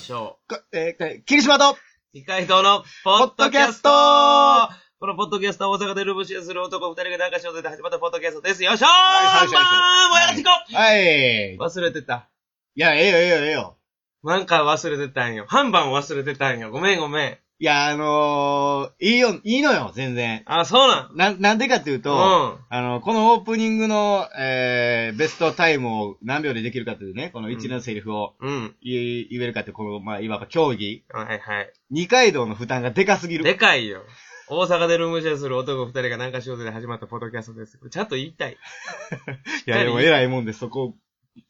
しょこえー、霧島と、う。二階堂のポッドキャストポッドキャこのポッドキャストは大阪でルームシェアする男二人が何かしようとして始まったポッドキャストです。よいしょーはいよいしょよいしょまあもうやらしこはい。い忘れてた。や、ええよ、ええよ、ええよ。なんか忘れてたんよ。半番忘れてたんよ。ごめんごめん。いや、あのー、いいよ、いいのよ、全然。あ、そうなん。な、なんでかっていうと、うんあの、このオープニングの、えー、ベストタイムを何秒でできるかっていうね、この一連のセリフをうん。言え言えるかって、この、まあ、いわば競技。はいはい。二階堂の負担がでかすぎる。でかいよ。大阪でルームシェアする男二人が何かしようとして始まったポッドキャストです。ちゃんと言いた い。いや、でも偉いもんで、そこ、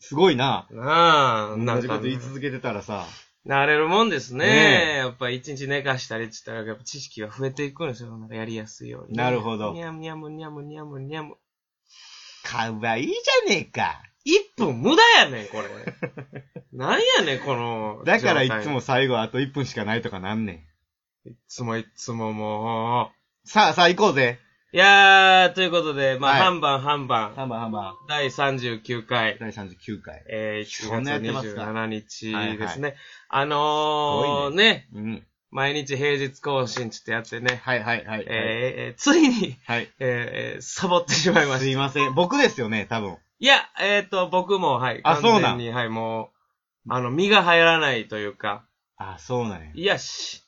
すごいな。なあ、な同んじかこと言い続けてたらさ、なれるもんですね。ねえやっぱ一日寝かしたりって言ったら、やっぱ知識が増えていくんですよ。なんかやりやすいように。なるほどにゃむにゃむにゃむにゃむにゃむ。かわいいじゃねえか。 1分無駄やねん、 これ。なんやねん、この。だからいつ状態。も最後あと1分しかないとかなんねん。いつもいつももさあ、さあ行こうぜ。う。いやー、ということで、まあ、はい半番半番。ンバンハンバン。第39回。第39回。えー、1そ月んなやってますか27日はいではすいね。あのすごー、いね、うん。毎日平日更新ちってやってね。はいはいはい。えーえー、ついに、はい。えーえー、サボってしまいましたす。いません。僕ですよね、多分。いや、えっ、と、僕も、はい。あそうなん完全に、はい、もう、あの、身が入らないというか、あ、そうなんや。いやし、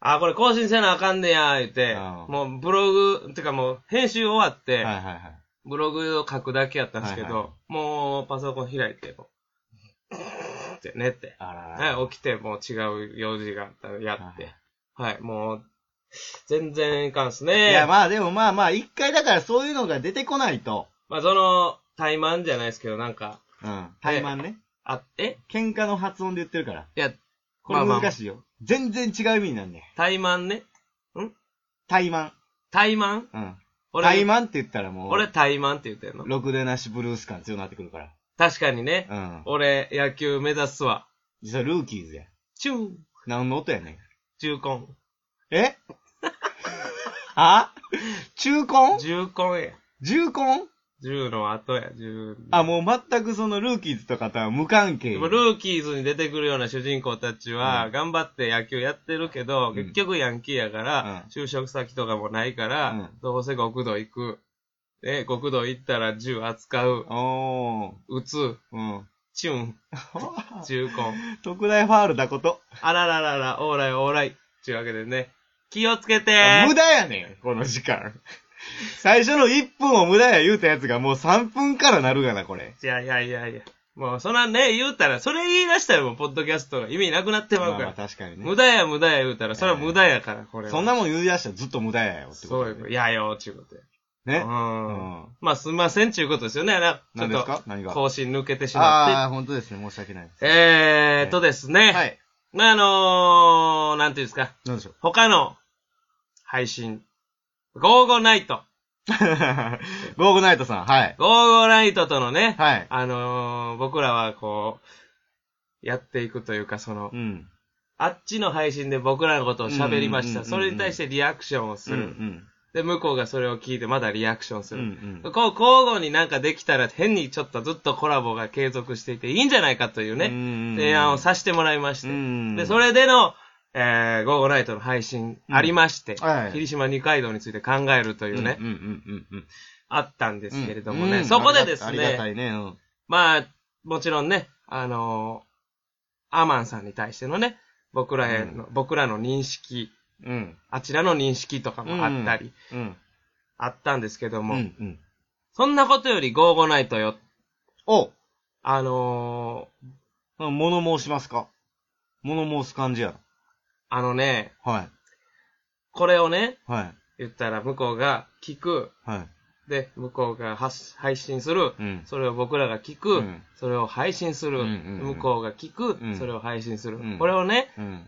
あ、これ更新せなあかんねや、言ってあ、ーもうブログ、てかもう、編集終わって、はいはいはい。ブログを書くだけやったんですけど、はいはもう、パソコン開いて、もう、って寝て、あらら。はい、起きて、もう違う用事があったらやって、はい、もう、全然いかんっすね。いや、まあでもまあまあ、一回だからそういうのが出てこないと。まあ、その、怠慢じゃないですけど、なんか、うん。怠慢ね。あって、喧嘩の発音で言ってるから。いや、これまあま難あしいよ。全然違う意味になんねん。怠慢ね。怠慢。怠慢うん。俺、怠慢って言ったらもう、俺、怠慢って言ってんの。ろくでなしブルース感強くなってくるから。確かにね。うん。俺、野球目指すわ。実はルーキーズや。チューン、何の音やねん。重婚。え あ中婚重婚や。重婚重の後や、重。あ、もう全くそのルーキーズとかとは無関係。でもルーキーズに出てくるような主人公たちは、うん頑張って野球やってるけど、ん結局ヤンキーやから、うん就職先とかもないから、うんどうせ極道行く。で、極道行ったら銃扱う、おー。撃つ、うん。チューン、重婚。特大ファールだこと。あらららら、オーライオーライ。ちゅうわけでね。気をつけて無駄やねん、この時間。最初の1分を無駄や言うたやつがもう3分からなるがな、これ。いやいやいやいや。もう、そんなね、言うたら、それ言い出したらもう、ポッドキャストが意味なくなってままうあかまら。あ確かにね無。駄や無駄や言うたら、それは無駄やから、これは。そんなもん言い出したらずっと無駄やよってそこうというだこよと。ね。いやよ、ちゅうことや。ね。ううん。ん。まあ、すんません、ちゅうことですよね。な、ちょ何っですかと、何が。更新抜けてしまあって。あ、本当ですね。申し訳ない。えーっとですね。はい。まあ、あのー、なんていうんですか。なんでしょう。他の、配信。ゴーゴナイト。 ゴーグナイトさん、はい。ゴーゴナイトとのね、はい。あのー、僕らはこう、やっていくというか、その、うん。あっちの配信で僕らのことを喋りましうた。んうんうんそうんれに対してリアクションをすうんうる。ん。で、向こうがそれを聞いてまだリアクションすうんうる。ん。こう、交互になんかできたら変にちょっとずっとコラボが継続していていいんじゃないかというね、ね提案をさせてもらいましうんて。うん。で、それでの、えー、ゴーゴナイトの配信ありまして、はい霧島二階堂について考えるというねう、んうんうんうんうん。あったんですけれどもうね、んそこでですありがありがたね、いね。うんまあ、もちろんね、あのーアマンさんに対してのね、僕らへの、僕らの認識、うん。あちらの認識とかもあったり、うん。あったんですけどうんも、うん。そんなことよりゴーゴナイトよ。おあのー、物申しますか物申す感じやな。あのね、はい。これをね、はい。言ったら向こうが聞く、はい。で、向こうが発配信する、うん。それを僕らが聞く、うんそれを配信する、うんうんうん向こうが聞く、うんそれを配信する、うんこれをね、うん。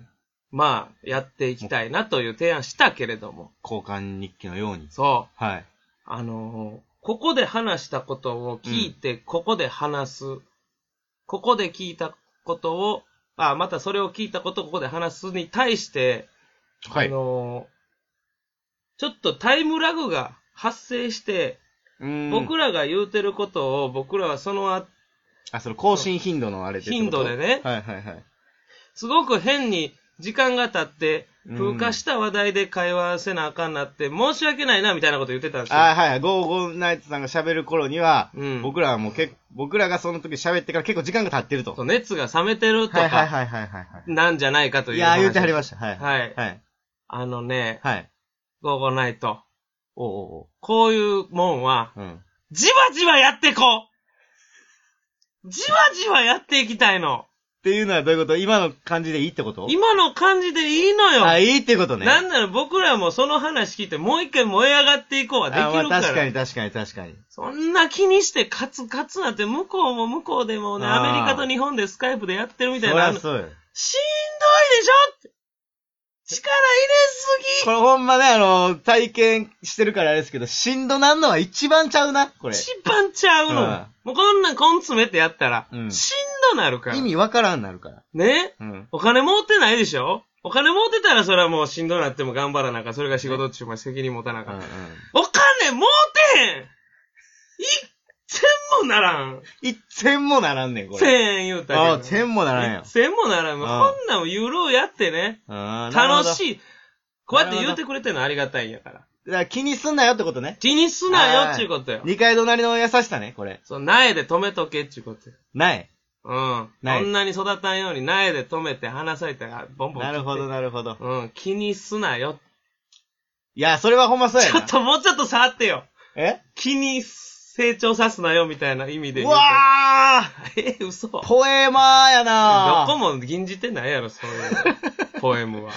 まあ、やっていきたいなという提案したけれども、交換日記のように。そう。はい。あのーここで話したことを聞いて、ここで話す。ここで聞いたことを、あ、またそれを聞いたことをここで話すに対して、はあうのーちょっとタイムラグが発生して、ん。僕らが言うてることを僕らはそのああ、その更新頻度のあれでってこと頻度でねはいはいはい。すごく変に時間が経って、風化した話題で会話せなあかんなって、申し訳ないな、みたいなこと言ってたんですよ。あはいはい。ゴーゴーナイトさんが喋る頃には、うん僕らはもう結僕らがその時喋ってから結構時間が経ってると。そう熱が冷めてるとはいはいか、はいはいはいはなんじゃないかといい。ういやー、話言うてはりました。はい。はいはい。あのね、はい。午後ないと。おうおうこういうもんは、おう。うん。じわじわやってこうじわじわやっていきたいの。っていうのはどういうこと今の感じでいいってこと今の感じでいいのよ。あ、いいってことね。なんなら僕らもその話聞いて、もう一回燃え上がっていこうはできあるまか。あ、確からに確かに確かに。そんな気にしてカツカツなって、向こうも向こうでもね、あアーメリカと日本でスカイプでやってるみそたいりな。あゃのしんどいそうよ。でしょって力入れすこれほんまね、あの、体験してるからあれですけど、しんどなんのは一番ちゃうな、これぎ。一番ちゃうの。うんもうこんなん根詰めてやったら、うんしんどなるから。意味わからんなるから。ねうん。お金持ってないでしょお金持ってたらそれはもうしんどなっても頑張らなあかん。それが仕事中まで責任持たなあうかんんうん。お金持てへん一銭もならん一銭もならんねん、これ。千円言うたけど。ああ、千もならんよ一。銭もならん。こうんんなんゆるうやってね。楽楽い。しい。こうやって言うてくれてるのありがたいんやから。だから気にすんなよってことね。気にすなよっちゅうことよ。二階隣の優しさね、これ。そう、苗で止めとけっちゅうことよ。ない。うん。苗こんなに育たんように苗で止めて離されたら、ボンボン切ってなるほど、。なるほど。うん、気にすなよ。いや、それはほんまそうやちょな。っともうちょっと触ってよ。え気に成長さすなよみたいな意味で言ううと。わー え、嘘。どポエマーやなこも吟じてないやろ、そういう のポエムは。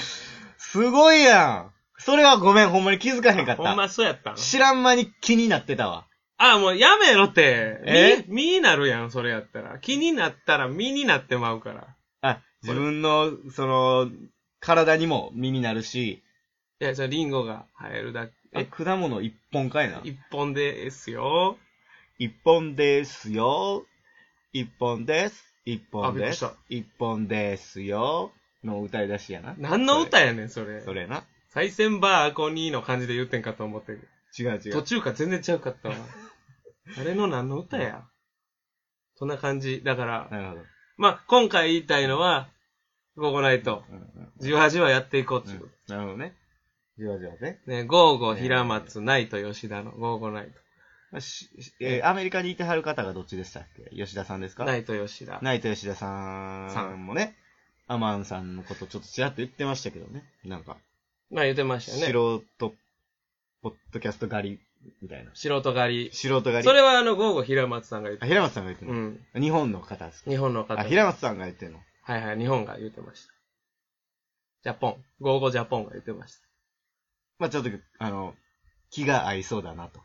すごいやん。それはごめん、ほんまに気づかへんかった。ほんまそうやったん知らん間に気になってたわ。あ、もうやめろって。えみ、みになるやん、それやったら。気になったら身になってまうから。あ、自分の、その、体にも身になるし、いや、じゃあリンゴが生えるだけ。あえ、果物一本かいな。一本ですよ。一本ですよ。一本です。一本であすびっく。一本ですよ。の歌い出しやな。何の歌やねん、それ。それな。再選バーコニーの感じで言ってんかと思って。違う違途う。中から全然ちゃうかった わ。あれの何の歌や。そんな感じ。だから、なるほど。まあ、今回言いたいのは、ゴーゴーナイト。うんうんじわじわやっていこうっていうこなるほどね。じわじわね。と。ね、ゴーゴー平松、ナイト吉田の、ゴーゴーナイまあししえーアメリカにいてはる方がどっちでしたっけ吉田さんですト。かナイト吉田。ナイト吉田さんさもね、アマンさんのことちょっとちらっと言ってましたけどね。なんか、まあ言ってましたよね。素人、ポッドキャスト狩り、みたいな。素人狩り。素人狩り。それはあの、ゴーゴー平松さんが言っあ、て平松さんが言ってうるの、ん。日本の方ですか日本の方。あ、はい平松さんが言ってるの。はい、日本が言ってました。ジャポン。ゴーゴージャポンが言ってました。まあちょっと、あの、気が合いそうだなと。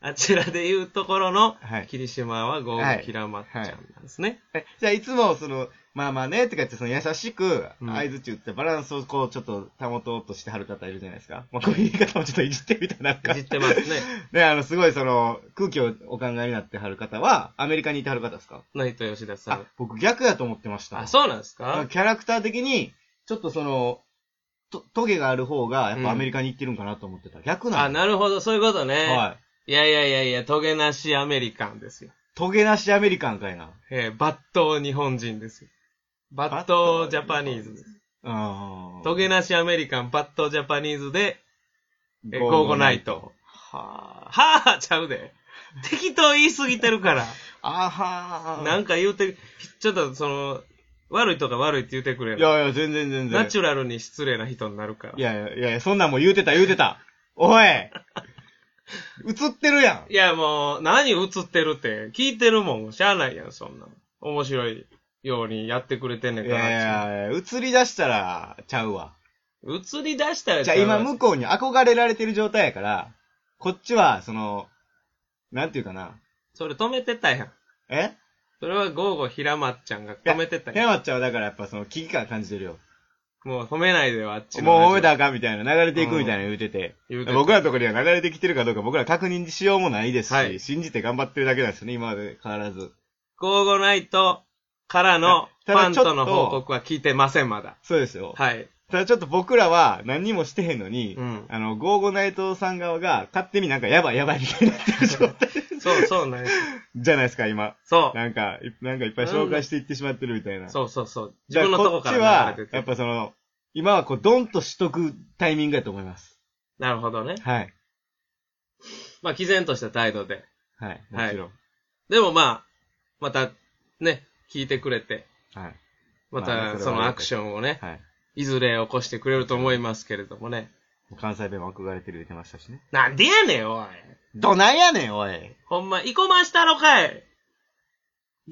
あちらで言うところの、はい。霧島はゴーゴー平松ちゃんなんですね。え じゃあいつも、その、まあまあね、とか言って、その優しく、うん合図中ってバランスをこう、ちょっと保とうとしてはる方いるじゃないですか。まあこういう言い方もちょっといじってるみたいな。なんいかじってますね。 ね、あの、すごいその、空気をお考えになってはる方は、アメリカにいてはる方ですかナイト吉田さあん。、僕逆だと思ってました。あ、そうなんですあのかキャラクター的に、ちょっとその、と、トゲがある方が、やっぱアメリカに行ってるんかなと思ってた。逆なあ、のなるほど、そういうことね。はい。いやいやいやいや、トゲなしアメリカンですよ。トゲなしアメリカンかいな。えー、バット日本人ですよ。バットジャパニーズです。うん。トゲなしアメリカン、バットジャパニーズで、えー、ゴーゴーナイ。ト。はぁ、はぁ、ちゃうで。適当言いすぎてる から。あはー。なんか言うて、ちょっとその、悪いとか悪いって言ってくれいる。やいや、全然全然。ナチュラルに失礼な人になるから。いやいやいや、そんなんもう言うてた言うてた。おい映ってるやん。いや、もう、何映ってるって、聞いてるもん、しゃあないやん、そんなん。面白いようにやってくれてんねんいから。やいやいや、映り出したらちゃうわ。映り出したらじゃあ今向こうに憧れられてる状態やから、こっちは、その、なんていうかな。それ止めてたやん。えそれはゴーゴー平松ちゃんが止めてたヘやマちゃんはだからやっぱその危機感感じてるよ。ん。もう褒めないでよ、あっちの。もう終えたらあかんみたいな、流れていくみたいな言うてて。言うてた僕らのところには流れてきてるかどうか僕ら確認しようもないですし、はい信じて頑張ってるだけなんですよね、今まで変わらず。ゴーゴーナイトからのあフただァンちょっととの報告は聞いてません、まだ。そうですよ。はい。ただちょっと僕らは何にもしてへんのに、うんあの、ゴーゴナイトさん側が勝手になんかやばいやばいみたいになってる状態そうそうなんですよ。じゃないですか、今。そなんか、いなんかいっぱい紹介していってしまってるみたいな。う。そうそうそう。自だ分のらとこから流これっちて。は、やってぱその、今はこう、ドンとしとくタイミングだと思います。なるほどね。はい。まあ、毅然とした態度で。はい。もちろん。でもまあ、また、ね、聞いてくれて、はい。ままあたねそれはそのアクションをね、はい。いずれ起こしてくれると思いますけれどもね。関西弁も憧れてる出てましたしね。なんでやねん、おい。どないやねん、おい。ほんま、いこましたろかい。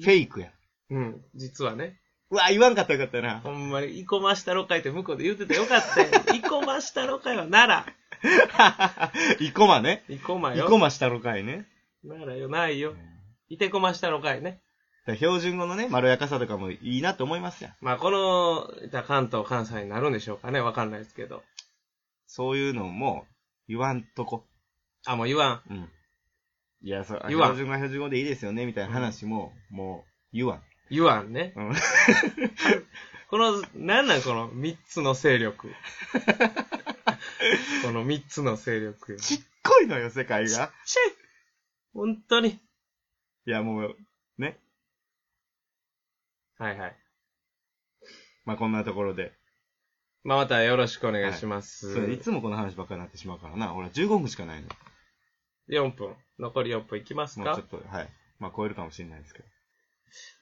フェイクや。うん、実はね。うわ、言わんかったらよかったな。ほんまに、いこましたろかいって向こうで言っててよかった よ。いこましたろかいはなら、イコマね。いこまイよ。コマしたろかいね。ならよ、ないだよか。いてこましたろかいね。ら標準語のね、まろやかさとかもいいなと思いますやん。まあ、この、じゃあ関東、関西になるんでしょうかね。わかんないですけど。そういうのも、言わんとこ。あ、もう言わん。うん。いや、そう、言わん標準語は標準語でいいですよね、みたいな話も、もう、言わん。言わんね。うん この、なんなんこの三つの勢 力。この三つの勢力よ。ちっちっこいのよ、世界が。ちゃい本当に。いや、もう、はいはい。まあ、こんなところで。まあ、またよろしくお願いします。そういつもこの話ばっかりになってしまうからな。ほら、15分しかないの。 4分。残り4分いきますもうかちょっと、はい。まあ、超えるかもしれないですけ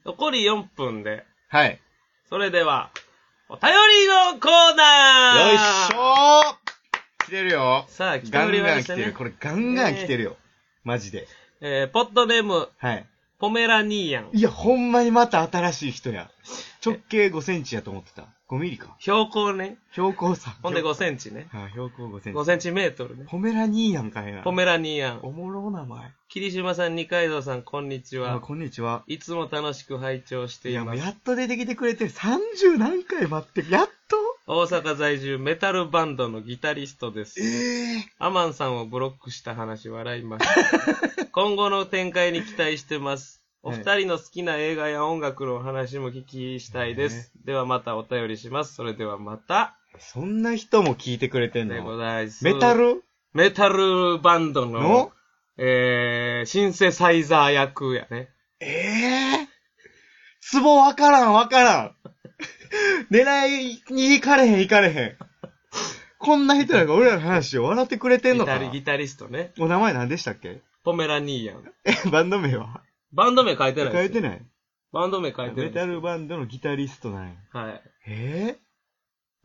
ど。残り4分で。はい。それでは、お便りのコーナーよいしょー来てるよ。さあ、来てガおりンまガンし来たてね。る。これガンガン来てるよ。マジで。えー、ポッドネーム、はい。ポメラニーヤン。いや、ほんまにまた新しい人や。直径5センチやと思ってた。5ミリか。標高ね。標高差。ほんで5センチね。はい、標高5セン5チ。センチメートルね。ポメラニーやんかいな。ポメラニーヤン。おもろ名前。霧島さん、二階堂さん、こんにちあ、は。こんにちは。いつも楽しく拝聴していいや、もまうす。やっと出てきてくれてる。30何回待って、やっと大阪在住メタルバンドのギタリストです。ええアマンさんをブロックした話笑いま した。今後の展開に期待してます。お二人の好きな映画や音楽のお話も聞きしたいです。ではまたお便りします。それではまた。そんな人も聞いてくれてんでごのざいます。メタルメタルバンドの、のえー、シンセサイザー役やね。ええツボわからんわからん。 狙いに行かれへん行かれへん。こんな人なんか俺らの話を笑ってくれてんギのタかリなギタリストね。お名前何でしたっけ ポメラニーヤン。え、バンド名はバンド名書いて書ないですよいてない。バンド名書いてるメんでタすルバンドのギタリストなんや。はい。え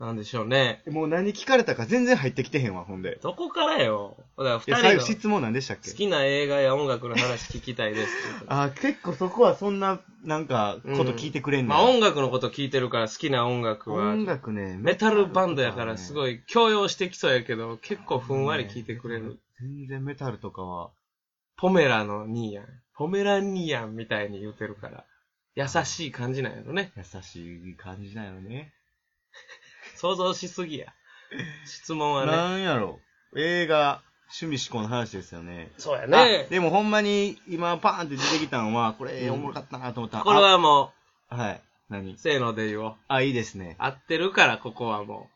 なんでしょうね。えもう何聞かれたか全然入ってきてへんわ、ほんで。どこからよ。だからいや、二最人後の質問何でしたっけ好きな映画や音楽の話聞きたいですっていうこと あー、結構そこはそんな、なんか、こと聞いてくれんまの、あ音楽のこと聞いてるから好きな音楽は。音楽ね。メタルバンドやからすい。ごい強要してきそうやけど、結構ふんわり聞いてくれる。全然メタルとかは。ポメラのニーヤン。ポメラニーヤンみたいに言うてるから。優しい感じなんやろね。優しい感じだよね。想像しすぎや。質問はね。なんやろ。映画、趣味思考の話ですよね。そうやねあ。でもほんまに今パーンって出てきたのは、これうんおもろかったなと思った。これはもあ。はい。何う、せーので言おう。あ、いいですね。合ってるから、ここはも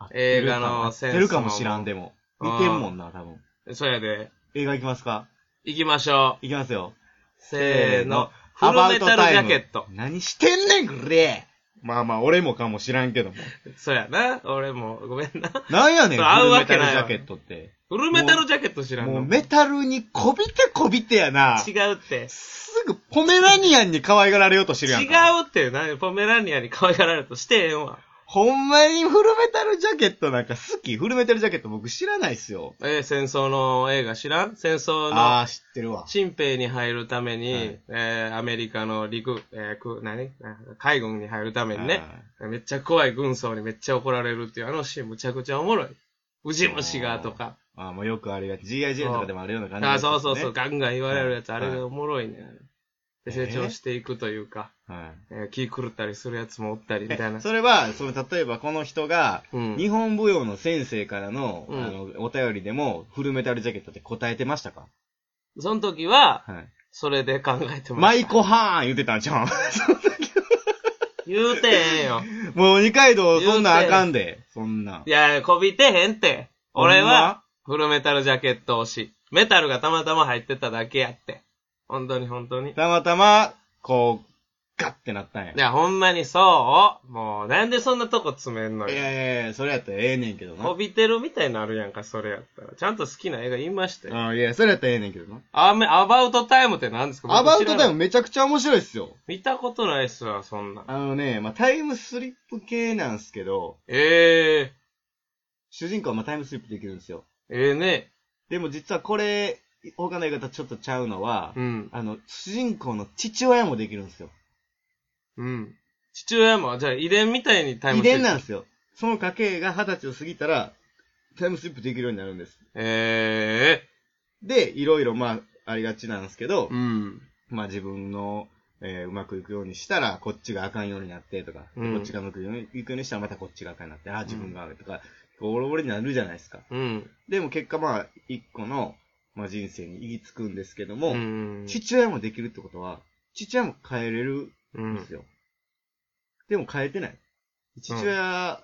う。あ映画のセンスも出るかもしらんでも。うん見てんもんな、多分。そやで。映画行きますか行きましょう。行きますよ。せーの。フルメタルジャケット。何してんねん、これまあまあ、俺もかもしらんけども。そうやな。俺も、ごめ んな。なんやねん、そう合うフルわメけタルないジわャケットって。フルメタルジャケット知らんものうメタルにこびてこびてやな。違うって。すぐポメラニアンに可愛がられようとしてるやん違か。ううって。なポメラニアに可愛がられるとしてえんわ。ほんまにフルメタルジャケットなんか好きフルメタルジャケット僕知らないっすよ。えー戦争の映画知らん戦争あのあ、知ってるわ。新兵に入るために、はいえーアメリカの陸、えーく、何あ海軍に入るためにねは、めっちゃ怖い軍曹にめっちゃ怒られるっていうあのシーンむちゃくちゃおもろい。ウジ虫がとか。ああ、もうよくあれが GIG とかでもあるような感じ、あそうそうそう、。ガンガン言われるやつ、はいあれがおもろいね。でえ成長していくというか、はえい。ー気狂ったりするやつもおったりみたいえな。それは、その、例えばこの人が、うん日本舞踊の先生からの、うんあの、お便りでも、フルメタルジャケットって答えてましたかその時は、はい。それで考えてまマしイコハーン言ってたんじ ゃん。た。言うてええんよ。もう二階堂そんなんあかんで。そんなん。いや、こびてへんって。俺は、フルメタルジャケット推し。メタルがたまたま入ってただけやって。本当に本当に。いたまたま、こう、ガッてなったんや。いや、ほんまにそう。もう、なんでそんなとこ詰めんのやいよ。やいや、それやったらええねんけどこな。びてるみたいになるやんか、それやったら。ちゃんと好きな映画言いましたよ。ああ、いや、それやったらええねんけどな。アメアバウトタイムって何ですかアバウトタイムムめちゃくちゃ面白いっすよ。見たことないっすわ、そんなん。あのね、まあ、タイムスリップ系なんすけど、え主人公はまあタイムスリップできるんですよ。えええね。でも実はこれ、他の映画とちょっとちゃうのは、うん。あの、主人公の父親もできるんですよ。うん。父親も、じゃあ遺伝みたいにタイム遺伝なんんですよ。その家系が二十歳を過ぎたら、タイムスリップできるようになるんです。えで、いろいろまあ、ありがちなんですけどえ、うん。まあ自分の、えーうまくいくようにしたら、こっちがあかんようになってとか、うんこっちがうまくいくようにいくようにしたらまたこっちがあかんようになって、あー、自分があるとか、ボロボロになるじゃないですか。うん。でも結果まあ、一個の、まあ人生に行き着くんですけども、うん。父親もできるってことは、父親も変えれるうんでんす。よ。でも変えてない。父親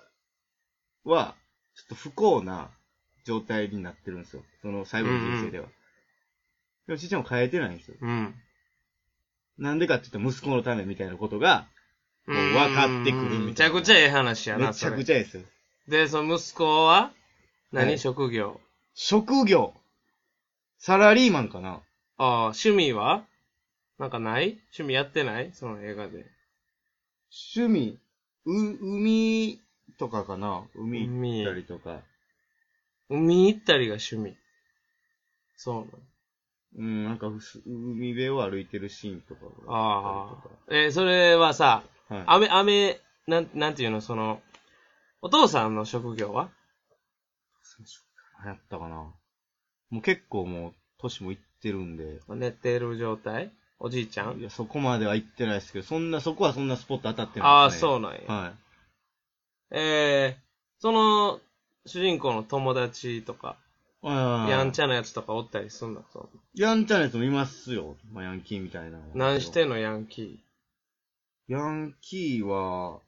は、ちょっと不幸な状態になってるんですよ。その最後の人生では。でも父親も変えてないんですよ。うん。なんでかって言ったら息子のためみたいなことが、もう分かってくるみたいなめちゃくちゃええ話やめな、ちそゃくれ。ちゃですよ。で、その息子は何、はい職業職業。サラリーマンかなああ、趣味はなんかない趣味やってないその映画で。趣味。う、海とかかな海行ったりとか。海行ったりが趣味。そうなの。うん、なんかふす、海辺を歩いてるシーンとかがああったりあ。えーそれはさ、とか。はい。雨、雨、なん、なんていうの、その、お父さんの職業は流行ったかな。もう結構もう、年も行ってるんで、寝てる状態おじいちゃいんや、そこまでは行ってないですけど、そんな、そこはそんなスポット当たってあないあ、ですね。そうなんや。はえー、その、主人公の友達とか、い。ああやんちゃなやつとかおったりすんだと。ヤンチャなやつもいますよ。まあ、ヤンキーみたいな。何してんの、ヤンキヤンキーは、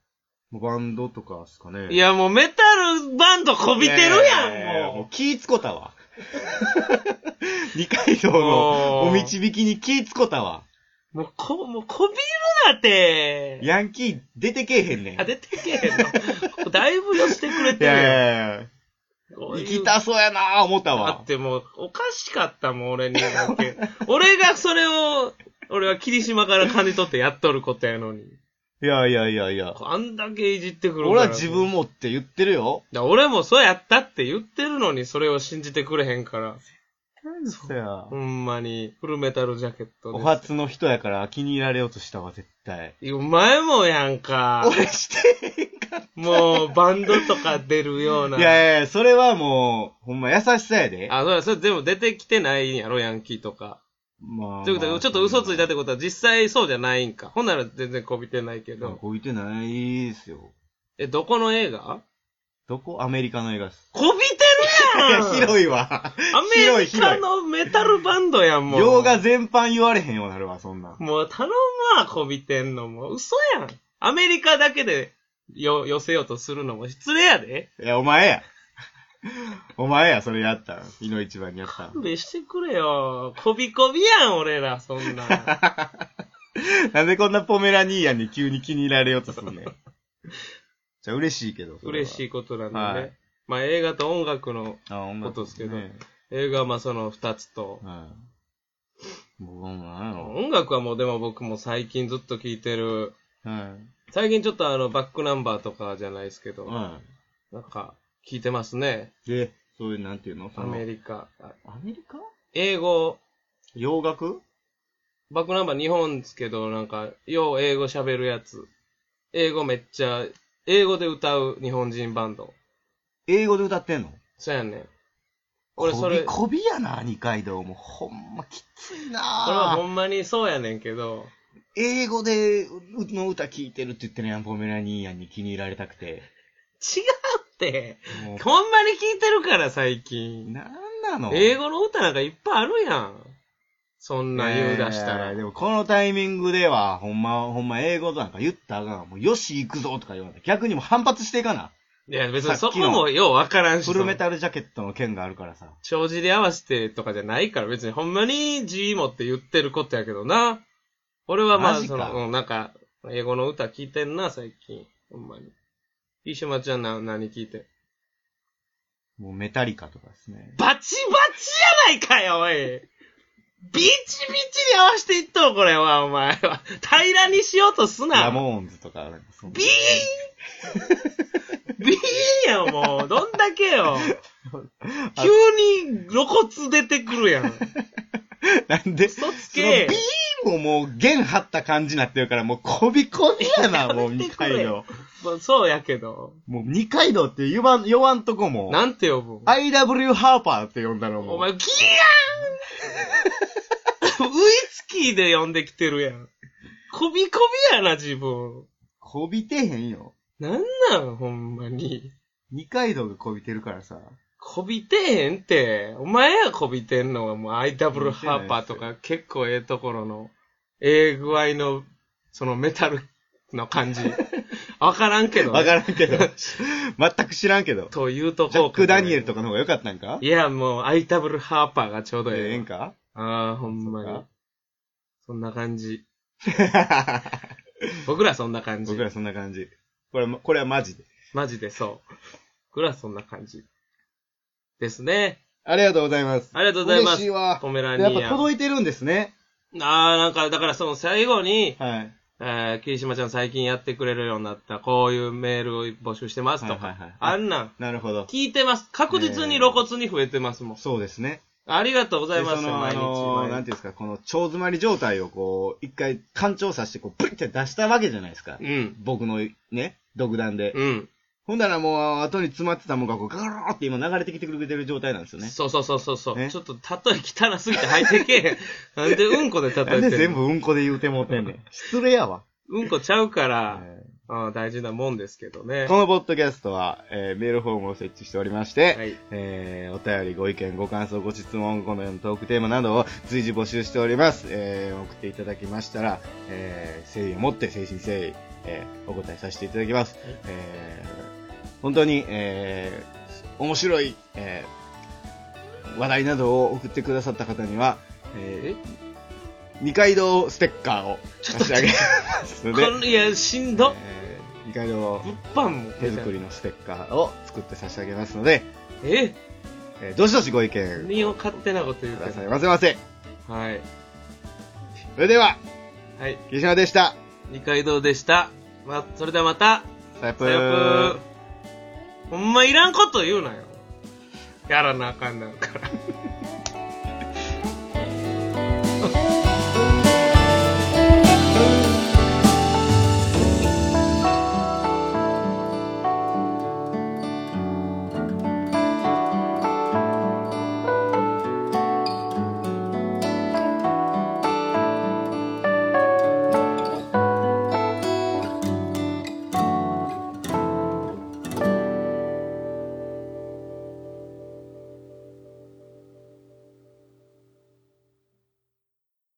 もうバンドとかですかね。ー。い、や、もうメタルバンドこびてるやん、もうも気ぃつこたわ。 二階堂のおーお導きに気ぃつこたわ。う。もうこ、もうこびるなって。ヤンキー出てけえへんねん。あ、出てけへんの。 だいぶ寄せてくれいてるややん。いやいやこうい行うきたそうやなぁ、思っだたわっ。てもう、おかしかったもん、俺に。なん て俺がそれを、俺は霧島から金取ってやっとることやのに。いやいやいやいや。あんだけいじってくるから。俺は自分もって言ってるよ。だ俺もそうやったって言ってるのに、それを信じてくれへんから。そうやほんまに、フルメタルジャケットおです。初の人やから気に入られようとしたわ、絶対。いやお前もやんか。俺してへんかっもう、バンドとか出るような。たいやいやいや、それはもう、ほんま優しさやで。あ、そうや、それ全部出てきてないんやろ、ヤンキーとか。まあ。ということまあで、ちょっと嘘ついたってことは実際そうじゃないんか。ほんなら全然こびてないけなんどか。置いてないですよ。え、どこの映画どこアメリカの映画です。こびているやんや、 広いわ。アメリカ広いのメタルバンドやん、もう。洋画全般言われへんようになるわ、そんなん。もう頼むわ、こびてんのも。嘘やん。アメリカだけでよ寄せようとするのも失礼やで。いや、お前や。 お前や、それやったん。井の一番にやったん。勘弁してくれよ。こびこびやん、俺ら、そんな。 なんでこんなポメラニーヤンに急に気に入られようとすんねん。じゃあ嬉しいけど。嬉しい。いことなんだね。はいまあ映画と音楽の、あ、音楽、ことですけど映画はまあその二つと。はい。僕はもうなんやろ。音楽はもうでも僕も最近ずっと聴いてる。はい。最近ちょっとあの、バックナンバーとかじゃないですけど、はなんか、聴いてますね。い。で、そういう、なんていうのそアのメリカ。あアメリカ英語、洋楽バックナンバー日本ですけど、なんか、よう英語喋るやつ。英語めっちゃ、英語で歌う日本人バンド。英語で歌ってんのそうやねん。俺そこれ、びここびやな、二階堂も。ほんまきついれはほなんまにそうやねんけど、英語で、うの歌聴いてるって言ってね、ポメラニーヤンに気に入られたく て。違うって、もうほんまに聞いてるから最近。なんなの英語の歌なんかいっぱいあるやん。そんな言う出したえら。ーでもこのタイミングでは、ほんま、ほんま英語なんか言ったらあかんわもうよし行くぞとか言わない。逆にもう反発していかな。いや、別にさそっきこのもようわからんしフ、ルメル。タルジャケットの件があるからさ。帳尻合わせてとかじゃないから、別にほんまに G もって言ってることやけどな。俺はまあ、マジそかの、うん、なんか、英語の歌聞いてんな、最近。ほんまに。石間ちゃんな、何聞いて。もうメタリカとかですね。バチバチやないかよ、おいビチビチに合わせていっとう、これは、お前は。平らにしようとすな。ラモーンズとかなんかそんなビーンビーンやん、もう。どんだけ よ。急に露骨出てくるやん。なんで、その嘘つけビーンももう弦張った感じになってるから、もうこびこびやな、もう やめ二てくれ階堂。まあそうやけど。もう二階堂って言わん、言わんとこも、なんて呼ぶん IW ハーパーって呼んだのも。お前、ギヤーン ウイスキーで呼んできてるやん。こびこびやな、自分。こびてへんよ。なんなん、ほんまに。二階堂がこびてるからさ。こびてへんって。お前やこびてんのは、もう IW ハーパーとか結構ええところの、ええ具合の、そのメタルの感 じ。わからんけど、わからんけど。 全く知らんけど。というとこジャック・ダニエルとかの方が良かったんかいや、もう IW ハーパーがちょうどええええんわ。 かああ、ほんまそにっか。そんな感じ。僕らそんな感じ僕。らそんな感じ。これは、これはマジで。マジでそう。僕らそんな感じ。ですね。ありがとうございます。ありがとうございま嬉しいす。わ。ポメラニやっぱアン。届いてるんですね。ああ、なんか、だからその最後に、はい。えー、霧島ちゃん最近やってくれるようになった、こういうメールを募集してますとか、はいはいはいあんなん、なるほど。聞いてます。確実に露骨に増えてますもん。そうですね。ありがとうございます、でその、あ毎日のー、な毎日。んていうんですか、この、腸詰まり状態をこう、一回、干潮させて、こう、プリって出したわけじゃないですか。うん。僕の、ね、独断で。うん。ほんだらもう、後に詰まってたもんが、こう、ガローって今流れてきてくれてる状態なんですよね。そうそうそうそうそう、ねちょっと例え汚すぎて入ってけえへん。 なんでうんこで例えてなんんので全部うんこで言うてもうてんね ん。失礼やわ。うんこちゃうから、えうん大事なもんですけどねー。このポッドキャストは、えーメールフォームを設置しておりまして、はい。えー、お便り、ご意見、ご感想、ご質問、このようなトークテーマなどを随時募集しております。えー、送っていただきましたら、えー、誠意を持って、誠心誠意、えー、お答えさせていただきます。えー、本当に、えー、面白い、えー、話題などを送ってくださった方には、えー、二階堂ステッカーを差し上げますので、こんいや、しんど。えー、二階堂物販も手作りのステッカーを作って差し上げますので、ええー、どしどしご意見、何を勝手なこと言うくてださいるませませ。はい。それでは、はい。岸島でした。二階堂でした。ま、それではまた。さよぷさよーぷー。ほんまいらんこと言うなよ。やらなあかんなんから。